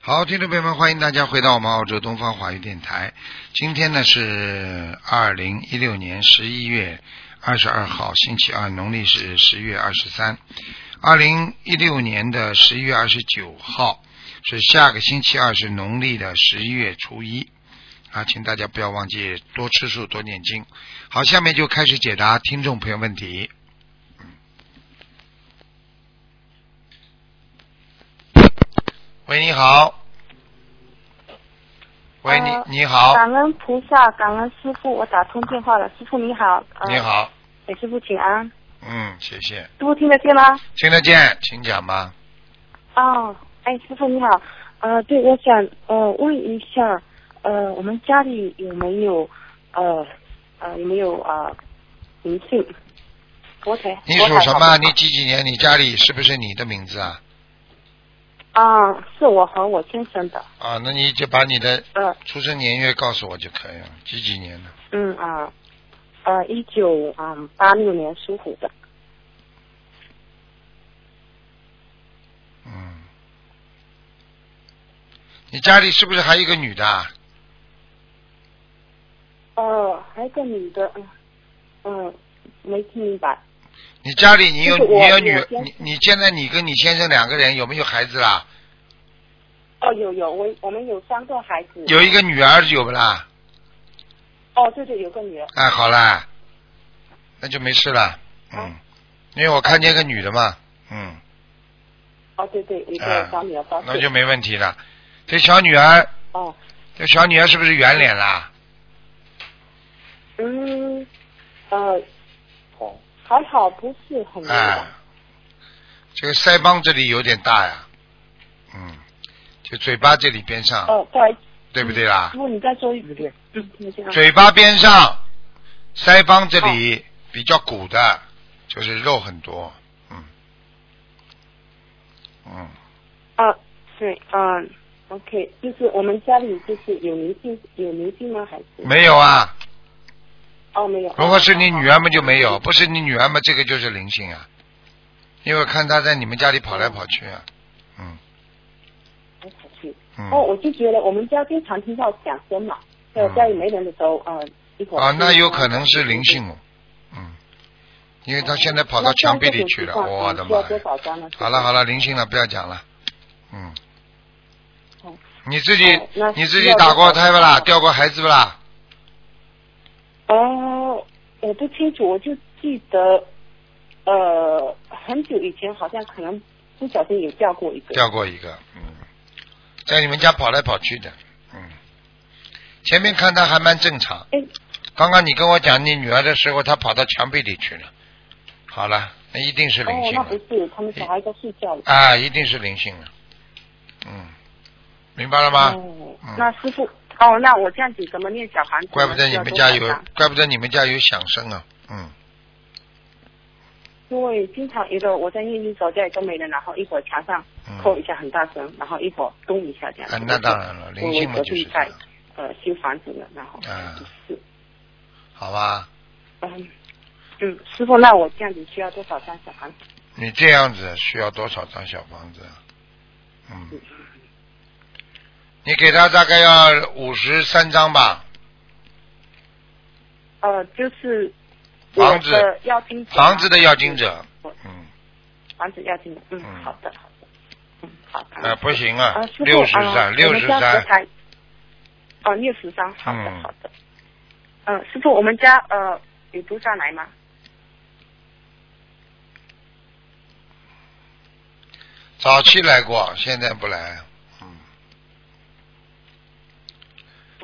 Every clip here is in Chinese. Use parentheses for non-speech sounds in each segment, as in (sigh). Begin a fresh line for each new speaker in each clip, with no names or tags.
好，听众朋友们，欢迎大家回到我们澳洲东方华语电台。今天呢是二零一六年十一月二十二号，星期二，农历是十月二十三。二零一六年的十一月二十九号是下个星期二，是农历的十一月初一。啊，请大家不要忘记多吃素，多念经。好，下面就开始解答听众朋友问题。喂，你好。喂，你
呃
你好，
感恩菩萨，感恩师傅，我打通电话了。师傅你好，呃、
你，好，
给师傅请安。
嗯，谢谢，
师傅听得见吗？
听得见，请讲吧。
哦，哎，师傅你好，呃，对，我想呃问一下，呃，我们家里有没有呃呃有没有啊灵性？佛台？
你
佛
属
台
什
好不
么？
好
你几几年？你家里是不是你的名字啊？
啊、是我和我先生的。
啊，那你就把你的
呃
出生年月告诉我就可以了。几几年的？
嗯啊呃一九啊八六年属虎的。
嗯，你家里是不是还有一个女的啊？
呃，还有个女的，嗯嗯，没听明白。
你家里你有
就是我
你有
我
女
先
你你现在你跟你先生两个人有没有孩子啦？
哦，有有，我我们有三个孩子。
有一个女儿有不啦？
哦，对对，有个女儿。
哎，好啦，那就没事了。嗯，因为我看见个女的嘛，嗯。
哦，对对，一
啊
个小女儿八岁。
那就没问题了。这小女儿，
哦，
这小女儿是不是圆脸啦？
嗯，呃，还好不是很明
哎
白。，
这个腮帮这里有点大呀，嗯，就嘴巴这里边上，
哦，再来，
对不对啦
如？果你再说一遍，嗯，哦听得见啊
嘴巴边上，腮帮这里比较鼓的，就是肉很多，嗯，嗯，
啊，对，嗯，OK，就是我们家里就是有灵性，有灵性吗？还是？
没有啊。
哦，没有。
如果是你女儿嘛就没有，
哦
不是你女儿嘛这个就是灵性啊，因为我看她在你们家里跑来跑去啊，嗯
还好去
嗯。
哦，我就觉得我们家经常听到响声嘛，在我家里没人的时候，啊，一会儿
啊，
听
那有
到
可能是灵性哦，嗯，因为他现在跑到
那像
墙壁
这
里
种
去
情
了，
况
我
嗯
的妈
需要
呀！
多少张呢？
好了好了，灵性了，不要讲了，嗯
好，
你自己
哦那
你自己
需要
打过
多少
胎不啦？
张
掉过孩子不啦？
哦，我不清楚，我就记得，呃，很久以前好像可能不小心有掉过一个。
掉过一个，嗯，在你们家跑来跑去的，嗯，前面看他还蛮正常
哎，
刚刚你跟我讲你女儿的时候，她跑到墙壁里去了，好了，那一定是灵
哦，
性
那
了。
不是，他们小孩在睡觉了。
啊，一定是灵性了。嗯，明白了吗？
哦
嗯，
那师傅，哦，那我这样子怎么念小房子呢？
怪不得你们家
需
有
要多少张，
怪不得你们家有响声啊。嗯，
对，经常一个我在念经时候家里都没人，然后一会儿墙上
嗯
扣一下很大声，然后一会儿咚一下这样子。
啊，那当然了，
我
灵性嘛
我
就
隔
是
壁
这
在
样，
呃修房子呢，然后
啊
就是
好吧？
嗯嗯，师傅，那我这样子需要多少张小房子？
你这样子需要多少张小房子啊？嗯，你给他大概要五十三张吧。
呃，就是
房子
我的要金者
房子的要经者，嗯，
房子要金者，嗯，
嗯
好的，好的，嗯，好的。
呃，不行啊
啊，师，傅
六十
啊
三，六十
我们家佛
三，
台，哦，六十三，好的，
嗯
好的。嗯，师傅，我们家呃有多少来吗？
早期来过，现在不来。嗯，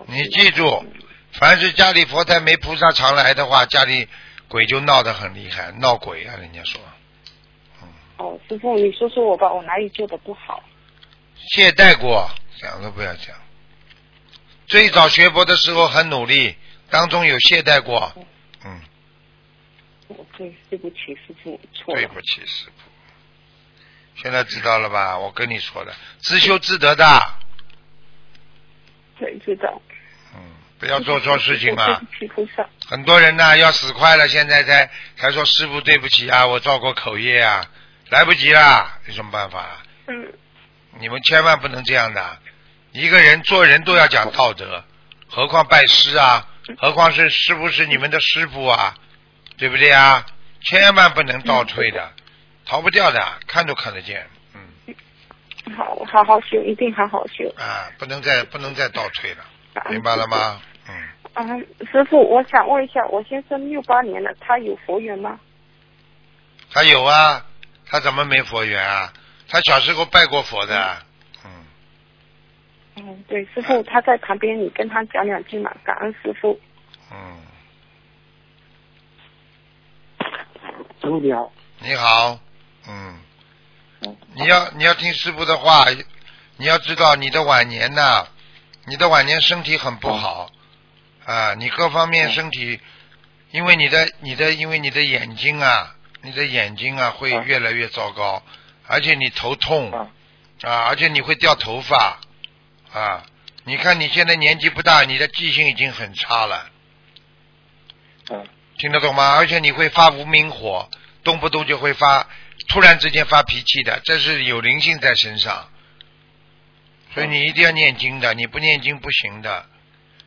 你记住，凡是家里佛台没菩萨常来的话，家里鬼就闹得很厉害，闹鬼啊，人家说
哦，师傅，你说说我吧，我哪里做的不好？
懈怠过，讲都不要讲。最早学佛的时候很努力，当中有懈怠过，嗯，
我对，对不起，师傅，错
对
了。
不起师傅。现在知道了吧？我跟你说的，自修自得的，
对，知道。
嗯，不要做错事情
(laughs)
啊。
对不起，菩萨。
很多人呢要死快了，现在才才说师傅对不起啊，我造过口业啊，来不及啦，有什么办法啊？
嗯，
你们千万不能这样的，一个人做人都要讲道德，何况拜师啊，何况是师傅是你们的师傅啊，对不对啊？千万不能倒退的，逃不掉的，看都看得见，嗯
好好好修，一定好好修。
啊，不能再不能再倒退了，明白了吗？嗯，
啊，师傅，我想问一下，我先生六八年了，他有佛缘吗？
他有啊，他怎么没佛缘啊？他小时候拜过佛的，嗯，
嗯，对，师傅他在旁边，你跟他讲两句嘛，感恩师傅。
嗯，
师傅你好，
你好，嗯，
嗯
你要你要听师傅的话，你要知道你的晚年呐、你的晚年身体很不好啊，你各方
嗯
面身体，因为你的你的因为你的眼睛啊，你的眼睛啊会
嗯
越来越糟糕，而且你头痛
嗯
啊，而且你会掉头发啊。你看你现在年纪不大，你的记性已经很差了。
嗯
听得懂吗？而且你会发无名火，动不动就会发，突然之间发脾气的，这是有灵性在身上，所以你一定要念经的，你不念经不行的。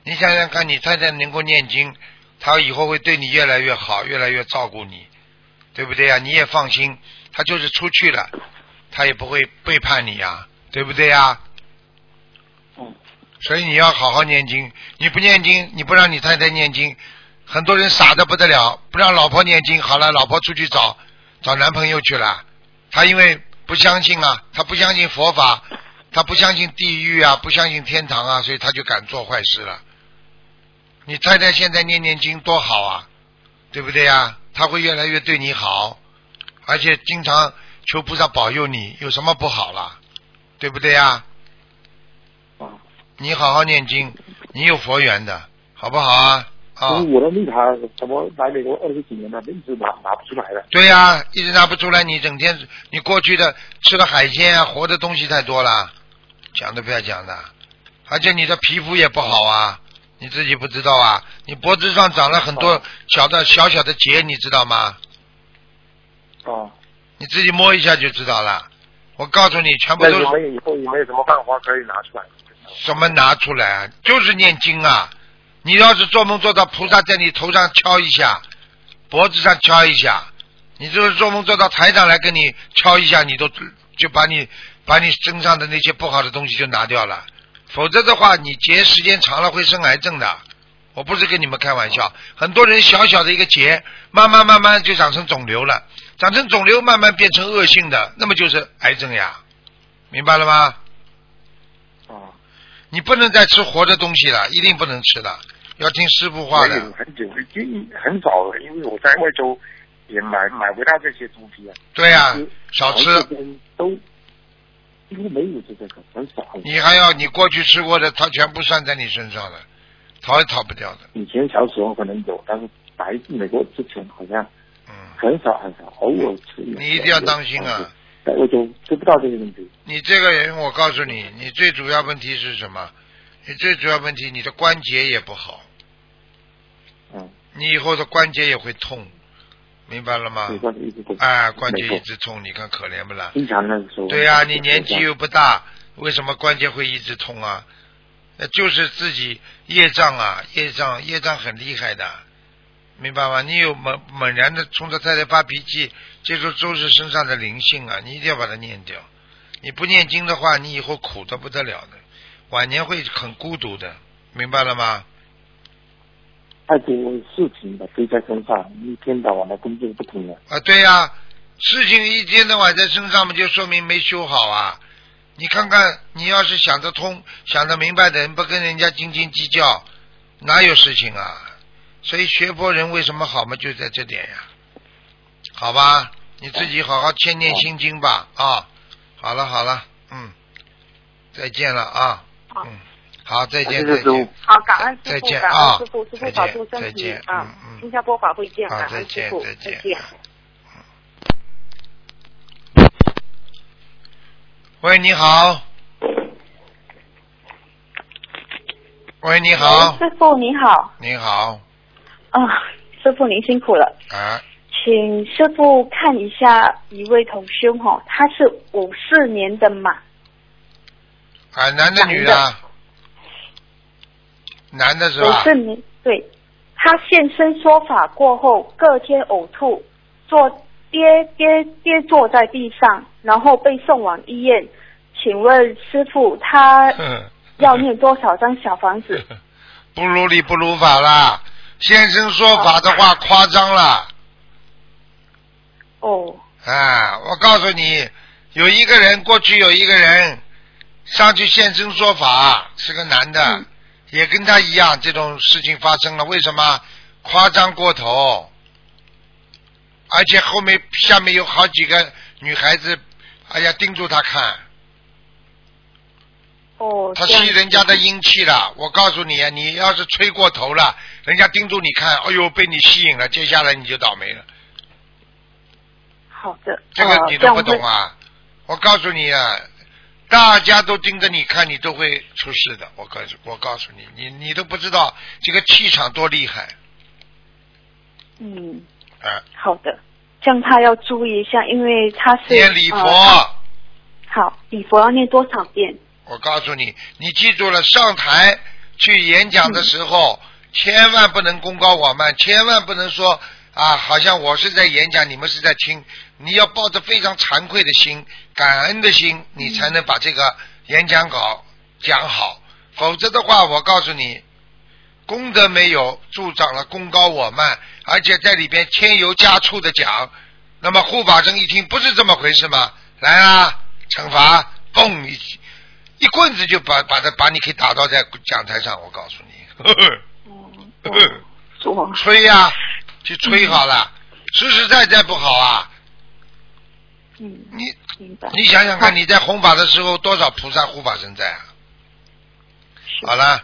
你想想看，你太太能够念经，她以后会对你越来越好，越来越照顾你，对不对呀、你也放心，她就是出去了，她也不会背叛你呀、对不对呀、
嗯
所以你要好好念经，你不念经，你不让你太太念经，很多人傻的不得了，不让老婆念经，好了，老婆出去找找男朋友去了。他因为不相信啊，他不相信佛法，他不相信地狱啊，不相信天堂啊，所以他就敢做坏事了。你太太现在念念经多好啊，对不对呀、啊？他会越来越对你好，而且经常求菩萨保佑你，有什么不好啦？对不对呀、
啊，
你好好念经，你有佛缘的，好不好啊？啊、
就是我的绿卡怎么来美国二十几年了，一直拿拿不出来的。
对呀、一直拿不出来，你整天你过去的吃的海鲜啊，活的东西太多了，讲都不要讲的，而且你的皮肤也不好啊，你自己不知道啊，你脖子上长了很多小的小小的结，你知道吗？
啊，
你自己摸一下就知道了。我告诉你，全部啊
那
都
有
是
没有以后有没有什么办法可以拿出来？
什么拿出来啊？就是念经啊！你要是做梦做到菩萨在你头上敲一下，脖子上敲一下，你就是做梦做到台长来跟你敲一下，你都就把你把你身上的那些不好的东西就拿掉了。否则的话，你结时间长了会生癌症的。我不是跟你们开玩笑，很多人小小的一个结，慢慢慢慢就长成肿瘤了，长成肿瘤慢慢变成恶性的，那么就是癌症呀，明白了吗？
啊，
你不能再吃活的东西了，一定不能吃的，要听师傅话
没
的
有。很久，已经很少了，因为我在外州也买买不到这些东西啊。
对呀、
就是
少吃。
这边都几乎没有这个，很少。
你还要你过去吃过的，它全部算在你身上了，逃也逃不掉的。
以前小时候可能有，但是来美国之前好像
嗯，
很少很少，偶尔吃一两个。
你一定要当心啊！
在外州吃不到这些东西。
你这个人，我告诉你，
嗯
你最主要问题是什么？你最主要问题，你的关节也不好，
嗯，
你以后的关节也会痛，明白了吗
没？关系，一直都
啊，关节一
没错
直痛，你看可怜不啦？
经常那个时候。
对呀、你年纪又不大，为什么关节会一直痛啊？那就是自己业障啊，业障，业障很厉害的，明白吗？你有猛猛然的冲着太太发脾气，这个都是身上的灵性啊，你一定要把它念掉。你不念经的话，你以后苦的不得了的，晚年会很孤独的，明白了吗？
太多事情了，背在身上，一天到晚的工作不停的。
啊，对呀、事情一天到晚在身上嘛，就说明没修好啊。你看看，你要是想得通、想得明白的人，不跟人家斤斤计较，哪有事情啊？所以学佛人为什么好嘛，就在这点呀、好吧，你自己好好千念心经吧啊。好了好了，嗯，再见了啊，
好
嗯，好，再见
谢
再
谢师
见
傅，
好，感恩师
再
傅，
见
感
啊
恩师傅，师傅
再
保
见
重
再
身体
见
啊
嗯嗯！
新加坡法会见，
好
感
再
恩
见
师傅，
再见
再见。
喂，你好，喂，你
哎
好，
师傅您好
你好，
啊、师傅您辛苦了，
啊，
请师傅看一下一位同修哈、他是五四年的马，
啊，男的
男的
女的？男的是
不
吧？
是你对，他现身说法过后，隔天呕吐，坐跌跌跌坐在地上，然后被送往医院。请问师
(laughs)
傅，他要念多少张小房子？
不如理不如法啦！现身说法的话夸张了，
哦，
啊！我告诉你，有一个人过去有一个人上去现身说法，是个男的，
嗯
也跟他一样，这种事情发生了，为什么夸张过头？而且后面下面有好几个女孩子，哎呀盯住他看，
哦，
他
这样
吸人家的阴气了。我告诉你啊，你要是吹过头了，人家盯住你看，哎呦，被你吸引了，接下来你就倒霉了。
好的，
这个
呃
你都不
这
懂
样会
啊！我告诉你啊，大家都盯着你看，你都会出事的。我告诉我告诉你，你你都不知道这个气场多厉害
嗯，
啊！
好的，这样他要注意一下，因为他是
念礼佛，
呃他好，礼佛要念多少遍？
我告诉你，你记住了，上台去演讲的时候，千万不能功高我慢，千万不能说啊，好像我是在演讲，你们是在听。你要抱着非常惭愧的心、感恩的心，你才能把这个演讲稿讲好。否则的话，我告诉你，功德没有，助长了功高我慢，而且在里边添油加醋的讲。那么护法神一听，不是这么回事吗？来啊，惩罚，嘣一一棍子就把把他把你给打到在讲台上，我告诉你，呵呵呵呵
哦我
吹呀、去吹好了，实实在在不好啊！
嗯，
你
明白。
你想想看，
好
你在弘法的时候，多少菩萨护法神在啊？
是
好了，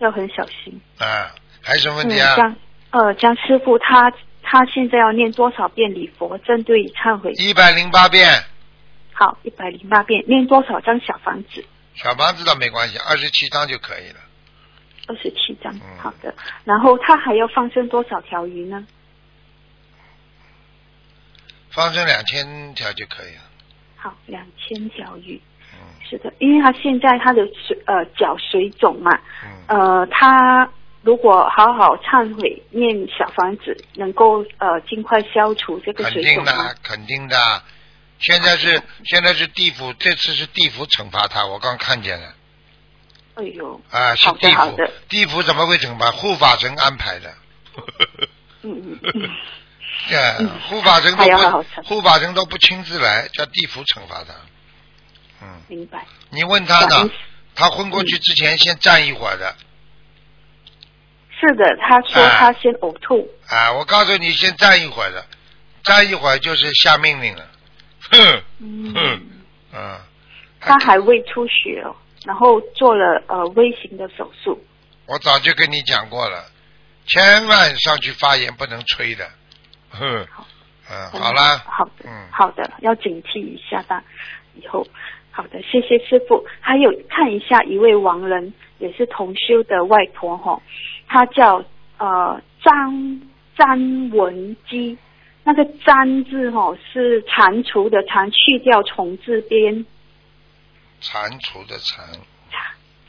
要很小心。
啊，还有什么问
嗯，
题啊？
江呃，江师傅他他现在要念多少遍礼佛？针对忏悔，
一百零八遍，
好，一百零八遍，念多少张小房子？
小房子倒没关系，二十七章就可以了。
二十七张
嗯，
好的。然后他还要放生多少条鱼呢？
放生两千条就可以了。
好，两千条鱼。
嗯
是的，因为他现在他的水呃脚水肿嘛，
嗯，
呃，他如果好好忏悔念小房子，能够呃尽快消除这个
肯
水
定
肿吗
的？，肯定的。现在是现在是地府，这次是地府惩罚他，我刚看见了。
哎呦，
啊，是
好的
地
好
府
的，
地府怎么会惩罚？护法神安排的。
嗯嗯
(laughs)
嗯，
呃
嗯，
护法神都
还要好好
不，
忏
护法神都不亲自来，叫地府惩罚他。嗯，
明白。
你问他
感恩
呢，他昏过去之前先站一会儿的。
是的，他说
哎
他先呕吐，
啊，我告诉你，先站一会儿的，站一会儿就是下命令了。哼，哼，嗯，
他还胃出血哦，然后做了呃微型的手术。
我早就跟你讲过了，千万上去发言不能吹的。哼，嗯，好啦，
好的，
嗯
好的，要警惕一下吧，以后。好的，谢谢师傅。还有看一下一位亡人，也是同修的外婆哈、她叫呃张张文姬，那个张字哈、是蟾蜍的蟾，去掉虫字边，
蟾蜍的蟾，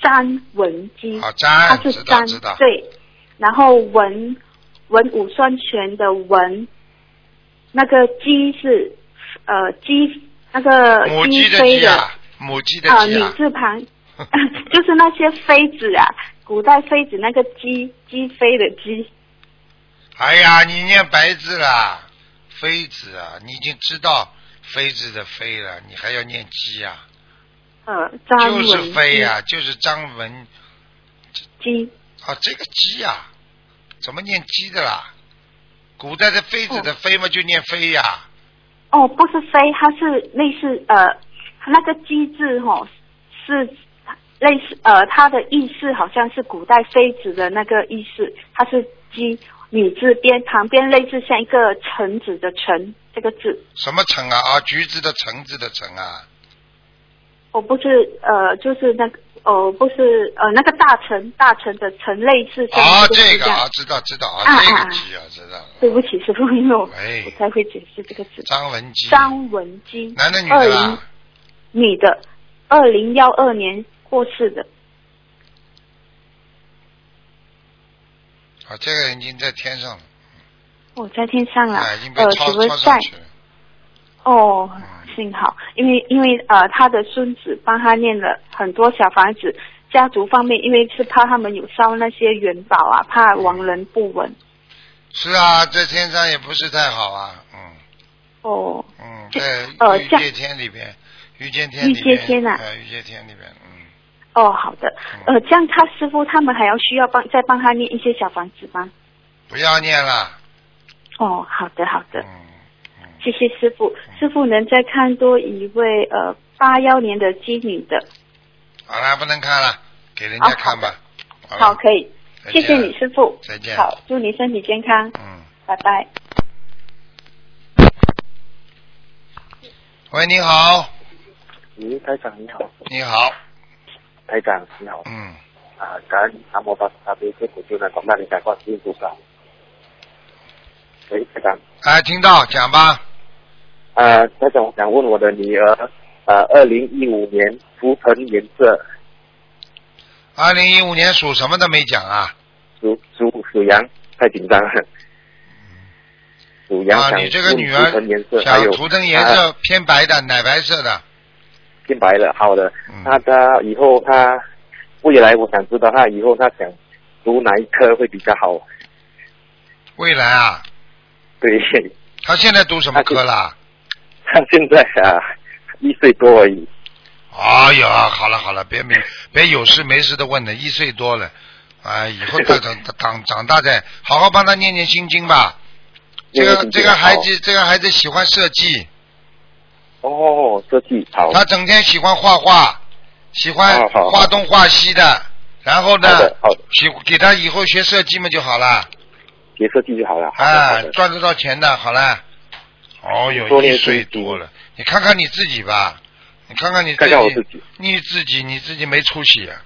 张文姬。
好，
它
粘，
嗯是
知道
张
知道。
对，然后文文武双全的文，那个鸡是呃鸡那个
母鸡
鸡
的
呃飞
鸡
的
啊，母鸡的
啊
鸡
女
啊，
字旁， (laughs) 就是那些妃子啊，古代妃子那个鸡鸡飞的鸡，
哎呀，你念白字啦，妃子啊，你已经知道妃子的妃了，你还要念鸡啊？
呃张
就
文嗯
是妃
鸡
呀、就是张文
鸡
啊，这个鸡呀、怎么念鸡的啦？古代的妃子的妃嘛，就念妃呀、
哦不是飞，它是类似呃那个鸡字吼、是。类似呃，它的意思好像是古代妃子的那个意思，它是鸡女字边旁边类似像一个橙子的橙这个字，
什么橙啊？啊，橘子的橙子的橙啊，
我不是呃，就是那个哦，不是呃那个大橙大橙的橙类似像
啊，
这
这
字
个
样
啊，知道知道
啊
啊，这
啊
个
啊
鸡啊，知道。
对不起，师傅，因为我
哎
不太会解释这个字。
张文鸡，
张文姬，
男的女
二
的
零
啦？
女的，二零幺二年过世的。
啊，这个人已经在天上了，
我哦在天上了，
啊，已经被
呃，
超
只会
超
在
上去了。
哦，幸好，因为因为呃，他的孙子帮他念了很多小房子，家族方面，因为是怕他们有烧那些元宝啊，怕亡人不闻。
是啊，在天上也不是太好啊，嗯
哦，
嗯，
这
在
呃
御
下
界天里边，御界天里
御界
边，
天啊
呃，御界天里边，嗯，
哦，好的，
嗯
呃，这样他师傅他们还要需要帮再帮他念一些小房子吗？
不要念了，
哦，好的，好的，
嗯嗯，
谢谢师傅。师傅能再看多一位呃八幺年的鸡女的，
好了，不能看了，给人家
哦
看吧，好
好，
了，
可以，
再
谢
见
谢你师傅，
再见
好，祝你身体健康，
嗯，
拜拜。
喂，你好，
喂，台长你好，
你好，
台长你好，
嗯，
啊，感恩南无大慈大悲救苦救难广大灵感观世音菩萨。喂，台长，
哎，听到，讲吧，
啊，台长，我想问我的女儿，呃，二零一五年图腾颜色
二零一五年属什么的没讲啊？
属属属羊，太紧张了。属羊
啊，
想
你这个
问
女
图
儿
腾颜色还
想
有
涂成颜
啊
色偏白的，奶白色的，
变白了，好的。
嗯
那他以后他未来，我想知道他以后他想读哪一科会比较好？
未来啊，
对，
她现在读什么科啦？
他现在啊一岁多而已，
哎呀，好了好了，别没别有事没事的问了，一岁多了，哎，以后他长长长大再好好帮他念念心经吧。这
念念
个
心经
这个孩
好
子，这个孩子喜欢设计，
哦，设计好，
他整天喜欢画画，喜欢
哦好
画东画西的。然后呢
好的好的，
喜给他以后学设计嘛就好了，
学设计就好了。好的
啊
好，的
赚得到钱的，好了。哦哟，
多念
一
心经
岁多了，你看看你自己吧，你看看你自
看
己，
看我自己，
你自己你自己没出息啊。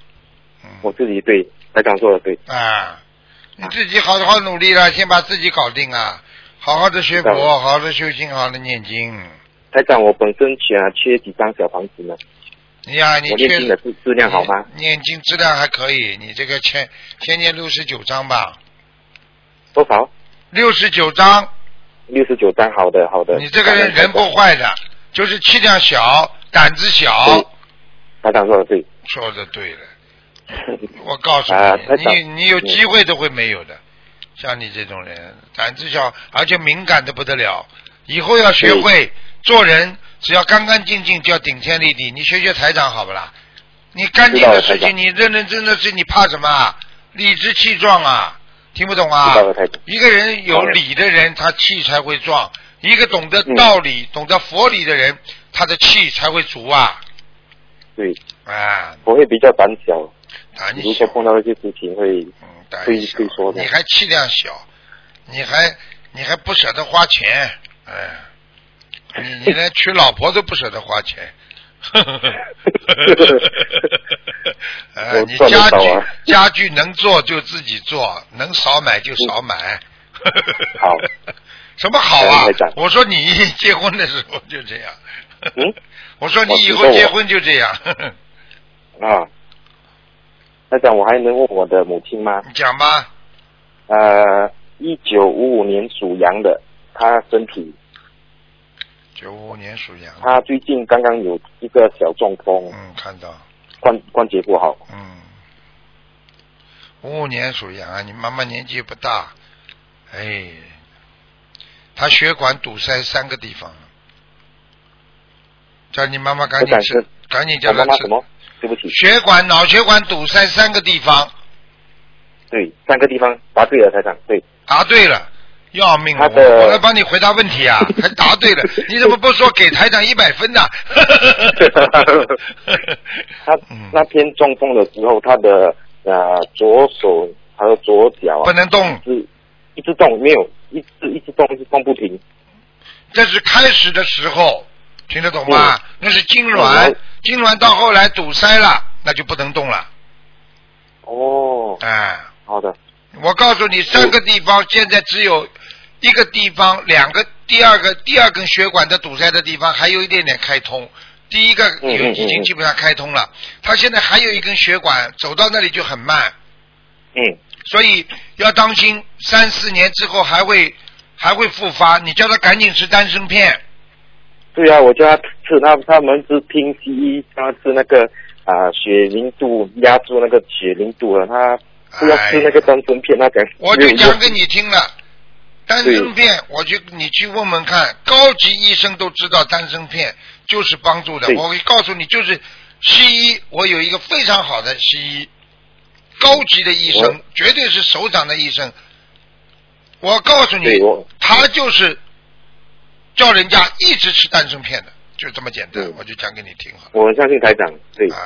嗯。
我自己对，台长说的对，
啊，你自己好好努力了，先把自己搞定啊，好好的学佛，
知
好
道
好的修心，好好的念经。
台长我本身缺缺几张小房子呢，
你呀、你
我
缺
念经的质质量好吗？
你念经质量还可以，你这个欠先念六十九章吧，
多少？
六十九章。
六十九张，好的好的。
你这个人
感
人
恩
不坏的，就是气量小，胆子
对
小。
台长说的对，
说的
(laughs)
对了，我告诉你，
啊台长
你你有机会都会没有的。像你这种人，胆子小，而且敏感的不得了。以后要学会做人，只要干干净净，就要顶天立地。你学学台长好不啦？你干净的事
知道了台
情，
长
你认认真真的事，你怕什么啊？理直气壮啊！听不懂啊
知道了台长？
一个人有理的人，他气才会壮；一个懂得
嗯
道理、懂得佛理的人，他的气才会足啊！
对，
啊，
我会比较胆小，
胆
如
小
果。碰到一些事情会
嗯，胆
可以
小
可以说的
你还气量小，你还你还不舍得花钱，哎，你你连娶老婆都不舍得花钱。 (laughs) 哎呃，
我
你
赚得
家
少
具、
啊
家具能做就自己做，能少买就少买。 (laughs)
好，
什么好啊
感恩台长？
我说你一结婚的时候就这样。
嗯，
我说你
哦
以
你
后
说
结
我
婚就这样。 (laughs)
啊。台长，我还能问我的母亲吗？
你讲吧，
呃，一九五五年属羊的，她身体，
九五年属羊的，
她最近刚刚有一个小中风，
嗯，看到。
关关节不好。
嗯，五五年属羊啊，你妈妈年纪不大，哎，她血管堵塞三个地方了，叫你妈妈赶紧
我感
吃
觉，
赶紧叫
我
她
妈妈
吃
什。么？对不起，
血管脑血管堵塞三个地方，
对，三个地方答对了，台长，对，
答对了，要命了！
她的
我我来帮你回答问题啊，还答对
(laughs)
了，你怎么不说给台长一百分呢、 (laughs)
她
嗯
那天中风的时候，她的呃左手还有左脚
不
啊，
能动，
是一直动，没有一直一直动，一直动不停。
这是开始的时候，听得懂吗？那是痉挛
嗯，
痉挛到后来堵塞了，那就不能动了。
哦，
哎，
好的，
我告诉你，
嗯
三个地方现在只有一个地方，两个，第二个第二根血管的堵塞的地方还有一点点开通，第一个
嗯
有
嗯
已经
嗯
基本上开通了，他现在还有一根血管走到那里就很慢，
嗯，
所以要当心，三四年之后还会还会复发。你叫他赶紧吃丹参片，
对啊，我叫他吃，他他们是听西医，他吃那个啊、血凝度压住那个血凝度了，他不要吃那
哎
个丹参片，他讲
我就讲给你听了。丹
对
参片，我就你去问问看，高级医生都知道丹参片就是帮助的。
对
我会告诉你，就是西医，我有一个非常好的西医，高级的医生
我，
绝对是首长的医生。我告诉你
对我，
他就是叫人家一直吃丹参片的，就这么简单
嗯。
我就讲给你听好了。
我相信台长，对，
啊，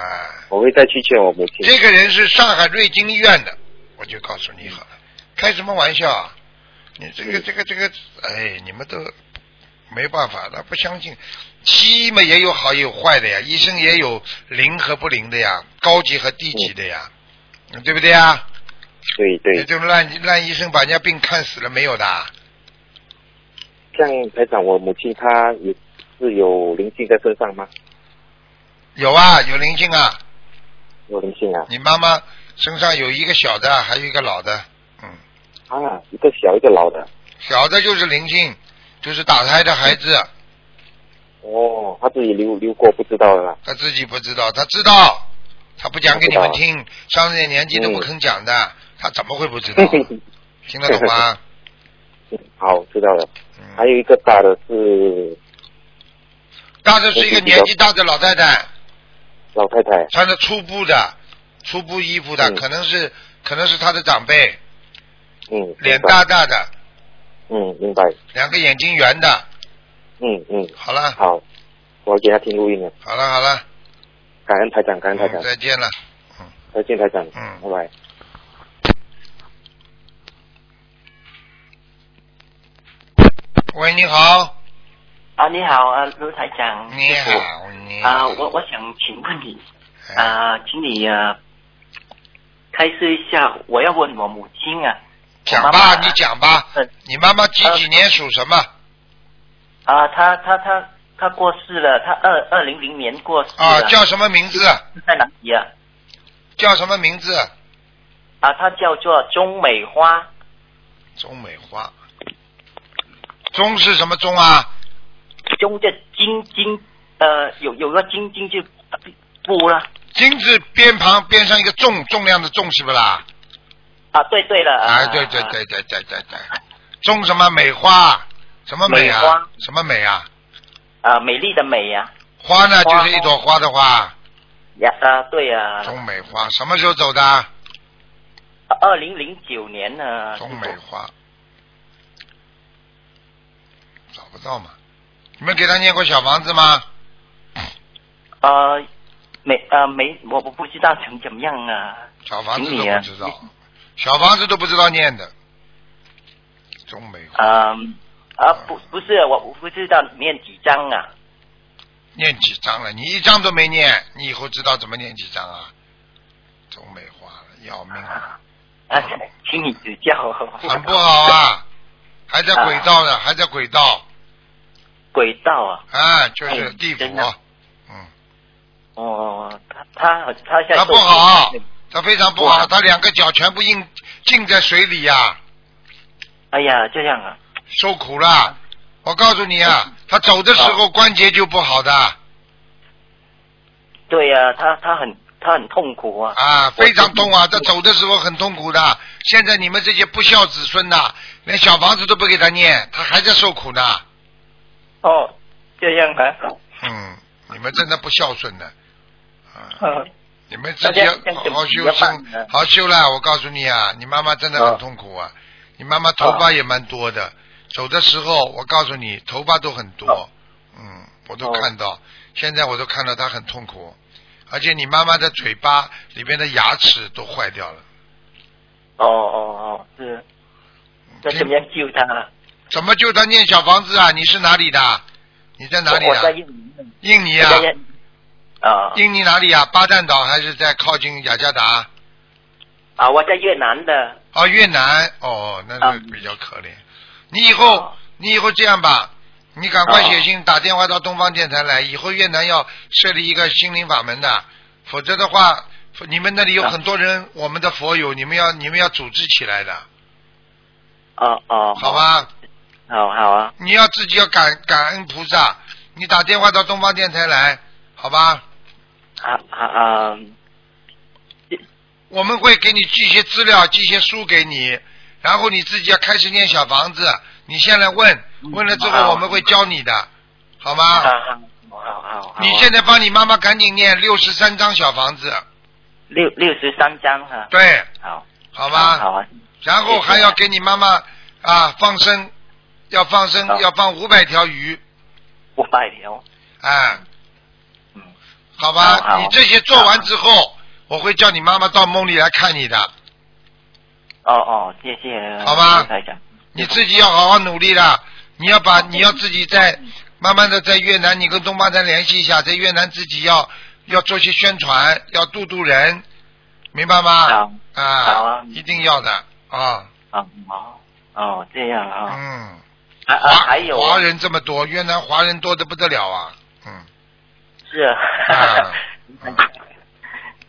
我会再去劝我母亲。
这个人是上海瑞金医院的，我就告诉你好了，开什么玩笑啊！你这个
嗯
这个这个，哎，你们都没办法的，不相信。西医嘛也有好也有坏的呀，医生也有灵和不灵的呀，高级和低级的呀，对不对啊呀？
对对
这，种烂烂医生把人家病看死了没有的啊？
像台长，我母亲她也是有灵性在身上吗？
有啊，有灵性啊！
有灵性啊，
你妈妈身上有一个小的，还有一个老的，嗯，
啊，一个小一个老的。
小的就是灵性，就是打胎的孩子。
哦，她自己溜溜过，不知道啦。
他自己不知道，他知道，他不讲给你们听，上点年纪都不肯讲的，他怎么会不知道？
嗯
听得懂吗？
(laughs) 好，知道了。还
嗯，
有一个大的是
大的是一个年纪大的老太太，
老太太，
穿着粗布的、粗布衣服的，
嗯
可能是可能是他的长辈，
嗯，
脸
明白
大，大的，
嗯，明白，
两个眼睛圆的。
嗯嗯，
好了，
好，我给她听录音了。
好了，好了，
感恩台长，感恩台
嗯
长，
再见了。
再见台长，
嗯
拜拜。
喂，你好，
啊，你好，啊，卢台长，
你
师傅
好，你
啊，
好，
我我想请问你
哎
啊，请你啊开示一下，我要问我母亲啊，
讲
我妈
吧，
妈
你讲吧
嗯，
你妈妈几几年属什么？
啊，她她她她过世了，她二二零零年过世了，
啊，叫什么名字？
在哪里啊？
叫什么名字？
啊，她叫做钟美花，
钟美花，钟是什么钟啊？
钟的金金呃，有有个金金就不了
金字边旁边上一个重，重量的重是不是啦？
啊，对对了，
哎，对对，对对对对对，钟什么美花？什么美啊？
美花
什么美啊？
啊，美丽的美呀、
花呢，
花
就是一朵花的花，
呀啊，对呀、
钟美花。什么时候走的？
啊，二零零九年呢，
钟
师
美
傅
花，找不到嘛？你们给他念过小房子吗？
呃，没呃没，我我不知道怎怎么样啊。
小房子
请
都
你啊
不知道，小房子都不知道念的。钟美花
嗯、啊不不是，我我不知道念几张啊。
念几张了？你一张都没念，你以后知道怎么念几张啊？钟美花了，要命了，
啊，请你指教。
很不好啊！还在轨道
啊
呢，还在轨道
轨道啊，
啊，就是
哎
地府
真的，
嗯，
哦，他他他现在
他
受
不好
苦
他非常不好，
哇
他两个脚全部印浸在水里呀、
哎呀，这样啊，
受苦了。我告诉你啊，
哎
他走的时候关节就不好的啊
对呀、他他很他很痛苦啊。
啊，非常痛啊，他
这
走的时候很痛苦的。现在你们这些不孝子孙呐、连小房子都不给他念，他还在受苦呢。
哦，这样啊。
嗯，你们真的不孝顺呢。啊，
嗯
你们自
那
己
这
要
样这样
好
怎么
好修
怎么
身
办呢，
好修啦！我告诉你啊，你妈妈真的很
啊
痛苦啊。你妈妈头发也蛮多的，走的时候我告诉你，头发都很多
啊。
嗯，我都
哦
看到，现在我都看到她很痛苦，而且你妈妈的嘴巴里边的牙齿都坏掉了。
哦哦哦，是。那
听
怎么样救他啊？
怎么就她念小房子啊？你是哪里的？你在哪里
我我在
的？
印尼
印尼
呢。我
啊
在？印尼啊
印尼哪里啊？巴淡岛还是在靠近雅加达？
啊！我在越南的。
啊，越南哦，那是
嗯
比较可怜。你以后，
哦
你以后这样吧，你赶快写信打电话到东方电台来，以后越南要设立一个心灵法门的，否则的话，你们那里有
嗯
很多人，我们的佛友，你们要你们要组织起来的，
哦哦，
好，吧？
好好啊，
你要自己要感感恩菩萨，你打电话到东方电台来，好吧？
啊啊啊，
我们会给你寄一些资料，寄一些书给你，然后你自己要开始念小房子。你先来问，问了之后
嗯好
我们会教你的，好
啊
吗？
啊，好好好啊，
你现在帮你妈妈赶紧念六十三张小房子，
六六十三张哈，
对，
好，
好
好
吗？
好啊，
然后还要给你妈妈啊放生，要放生，
好
要放五百条鱼，
五百条，
哎，
嗯，
好
好好
吧？你这些做完之后，我会叫你妈妈到梦里来看你的，
哦哦，谢谢，
好吧
台长，
你自己要好好努力的，你要把你要自己在慢慢的在越南，你跟东方台联系一下，在越南自己要要做些宣传，要度度人，明白吗
好？好
啊
啊，
一定要的啊，
哦哦哦，这样啊，
嗯，
啊啊，
华
还有
华人这么多，越南华人多的不得了啊，嗯，
是啊
啊，
(laughs)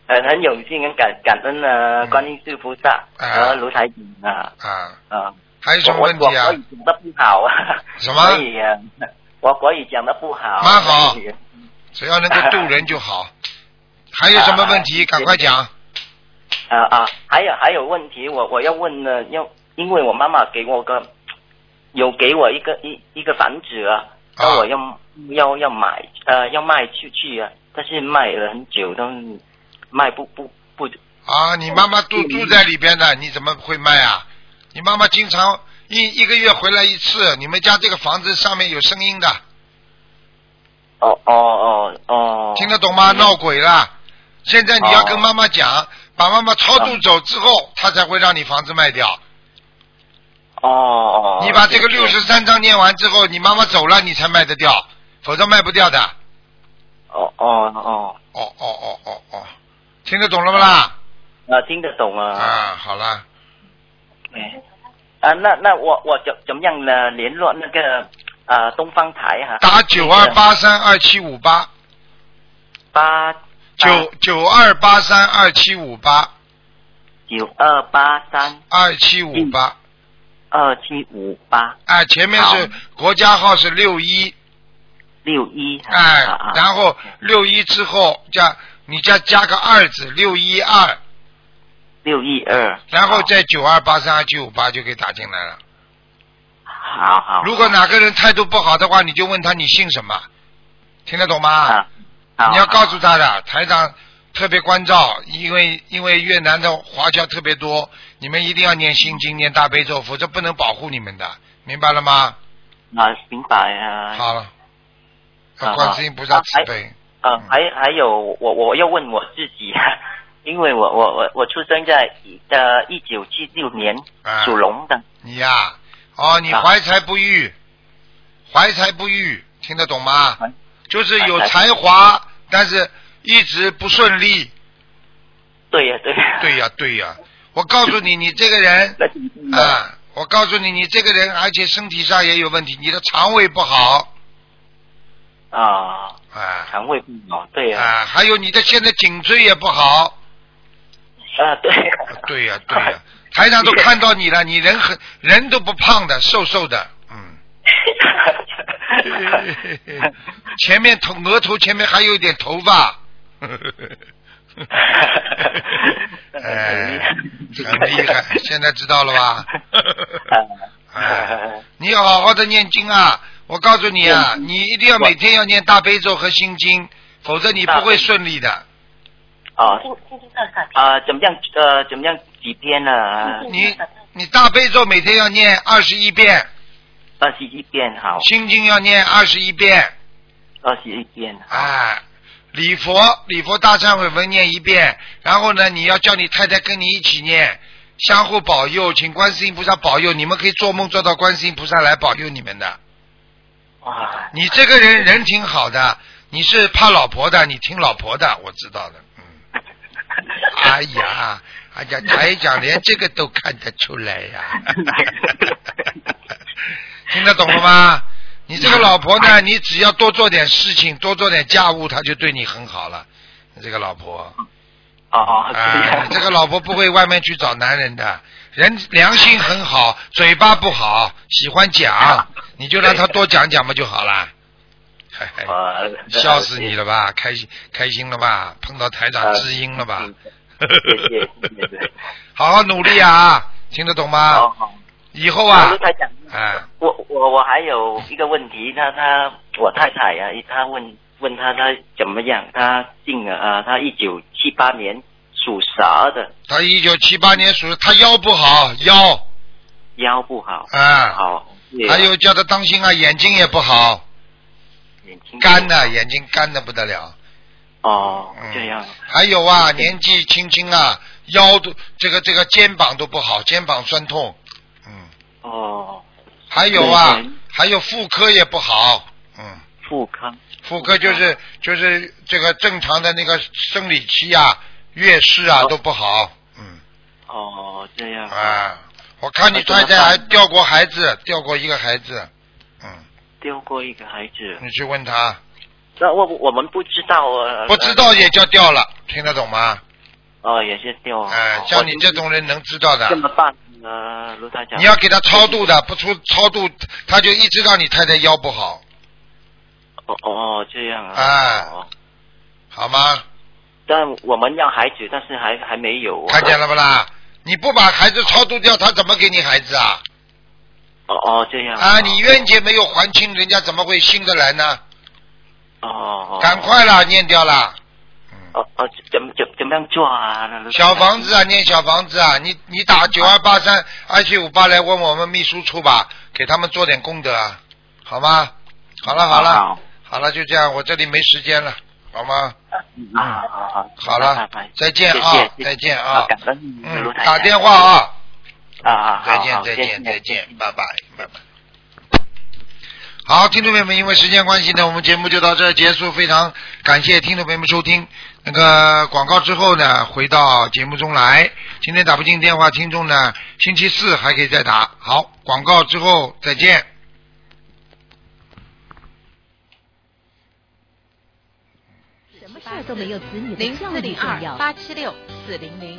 很很有幸，很感感恩呢，
嗯
观音是菩萨
啊
和卢台景啊
啊，
啊，
还有什
我
么
我
问题啊
我？国语讲的不好啊，
什么
所以啊 (laughs) 我国语讲的不好，
蛮好
所以
只要能够度人就好。还有什么问题？
(laughs) 啊
赶快讲。
啊啊，还有还有问题，我我要问呢，要因为我妈妈给我个有给我一个一一个房子啊，
啊
那我要、要要买呃要卖出去啊，但是卖了很久都卖不不不
啊，你妈妈
哦
住住在里边的，你怎么会卖啊？你妈妈经常一一个月回来一次，你们家这个房子上面有声音的，
哦哦哦哦，
听得懂吗？闹鬼了。现在你要跟妈妈讲，把妈妈超
嗯
度走之后，她才会让你房子卖掉。
哦哦，
你把这个六
谢
十
谢
三章念完之后，你妈妈走了，你才卖得掉，否则卖不掉的。
哦哦哦，
哦哦哦哦哦，听得懂了不啦？
啊听得懂啊，
啊，好了，
哎啊那那我我怎怎么样呢？联络那个啊东方台哈、
打九二八三二七五八。
嗯八
九九二八三二七五八
九二八三。
二七五八
嗯二七
嗯
五八
啊，前面是国家号是六一
六一，
哎
啊啊，
然后六一之后加你再加个二字六一二，
六一二，
然后再九二八三二七五八就可以打进来了。
好好好，
如果哪个人态度不好的话，你就问他你姓什么，听得懂吗？
啊，好
你要告诉他的，台长特别关照，因为因为越南的华侨特别多，你们一定要念心经、念大悲咒，否则不能保护你们的，明白了吗？
啊，明白啊，
好了，
好
观世音菩萨慈悲。
啊，还还有我我要问我自己，啊 (laughs) 因为我我我我出生在呃一九七六年
啊
属龙的，
你呀、哦，你
啊
怀才不遇，怀才不遇，听得懂吗
怀？
就是有
怀才
才华，但是一直不顺利。
对呀对呀，
对呀、对呀、我告诉你，你这个人
(laughs) 那呃挺近的
啊，我告诉你，你这个人，而且身体上也有问题，你的肠胃不好哎
啊，
啊
肠胃不好，对呀
啊，还有你的现在颈椎也不好。
啊对
(laughs)
呀 (laughs)
对呀、对
哎
呀、台长都看到你了，你人很人都不胖的，瘦瘦的，嗯。 (laughs) 前面头额头前面还有一点头发。哎，很厉害，现在知道了吧？哎你要好好的念经啊！我告诉你啊，你一定要每天要念大悲咒和心经，否则你不会顺利的。
啊啊，怎么样呃怎么样几啊天呢？
你你大悲咒每天要念二十一遍，
二十一遍好，
心经要念二十一遍，
二十一遍好。
哎，礼佛礼佛大忏悔文念一遍，然后呢，你要叫你太太跟你一起念，相互保佑，请观世音菩萨保佑，你们可以做梦做到观世音菩萨来保佑你们的。
哇，
你这个人人挺好的，你是怕老婆的，你听老婆的，我知道的。嗯，哎呀，哎呀，台长连这个都看得出来呀、听得懂了吗？你这个老婆呢，你只要多做点事情，多做点家务，她就对你很好了。你这个老婆，
哦哦，这
啊，
样
(laughs) 你这个老婆不会外面去找男人的，人良心很好，嘴巴不好，喜欢
(laughs)
讲，你就让她多讲讲嘛就好了。嘿嘿
呃，
哎 (laughs) 笑死你了吧？开心开心了吧？碰到台长知音了吧
嗯？谢谢谢谢
(laughs) 好好努力啊，听得懂
好
吗？
好，
以后
我
啊
卢，台长，
哎，
我我我还有一个问题，他他我太太呀、她问问他他怎么样，他进了啊，他一九七八年属蛇的，
他一九七八年属，他腰不好，腰
腰不好，
啊，
好，
还有叫他当心啊，眼睛也不好，
眼睛
干的，眼睛干的不得了。
哦
嗯，
这样，
还有啊，年纪轻轻啊，腰都这个这个肩膀都不好，肩膀酸痛，嗯，
哦，
还有啊
对对，
还有妇科也不好，嗯。
妇科，
妇科就是就是这个正常的那个生理期啊、月事啊
哦
都不好，嗯
哦，这样，
啊，我看你
那怎么
太太还
办
掉过孩子，掉过一个孩子，嗯，
丢过一个孩子，
你去问他，
那我我们不知道，呃
不知，道也叫掉了，听得懂吗？
哦，也是丢，
哎
哦，
像你这种人能知道
我怎
的，
么办呢？卢台长，
你要给他超度的，不出超度他就一直让你太太腰不好，
哦哦，这样啊。
哎
哦
好吗？
但我们要孩子，但是还还没有。啊
看见。了不啦？你不把孩子超度掉，他怎么给你孩子啊？
哦哦，这样
啊，你冤结没有还清，人家怎么会信得来呢？
哦哦。哦
赶。快啦，念掉啦。
哦哦，怎么怎怎么样做啊？那那
小房子啊，念小房子啊，你你打九二八三二七五八来问我们秘书处吧，给他们做点功德啊，好吗？好了好了
好
好了，就这样，我这里没时间了，好吗？
嗯啊好好
好
拜
了
拜，
再见
谢
啊
谢，谢谢
再见啊
好，感恩卢
嗯，
台长
打电话啊，
啊啊，
再
好
见
好
再
谢
见
谢
再见，拜拜拜拜。好，听众朋友们，因为时间关系呢，我们节目就到这儿结束。非常感谢听众朋友们收听。那个广告之后呢，回到节目中来。今天打不进电话，听众呢，星期四还可以再打。好，广告之后再见。
什么事儿都没有子女的
零
教
四
育
零
重
二
要。
八七六四零零。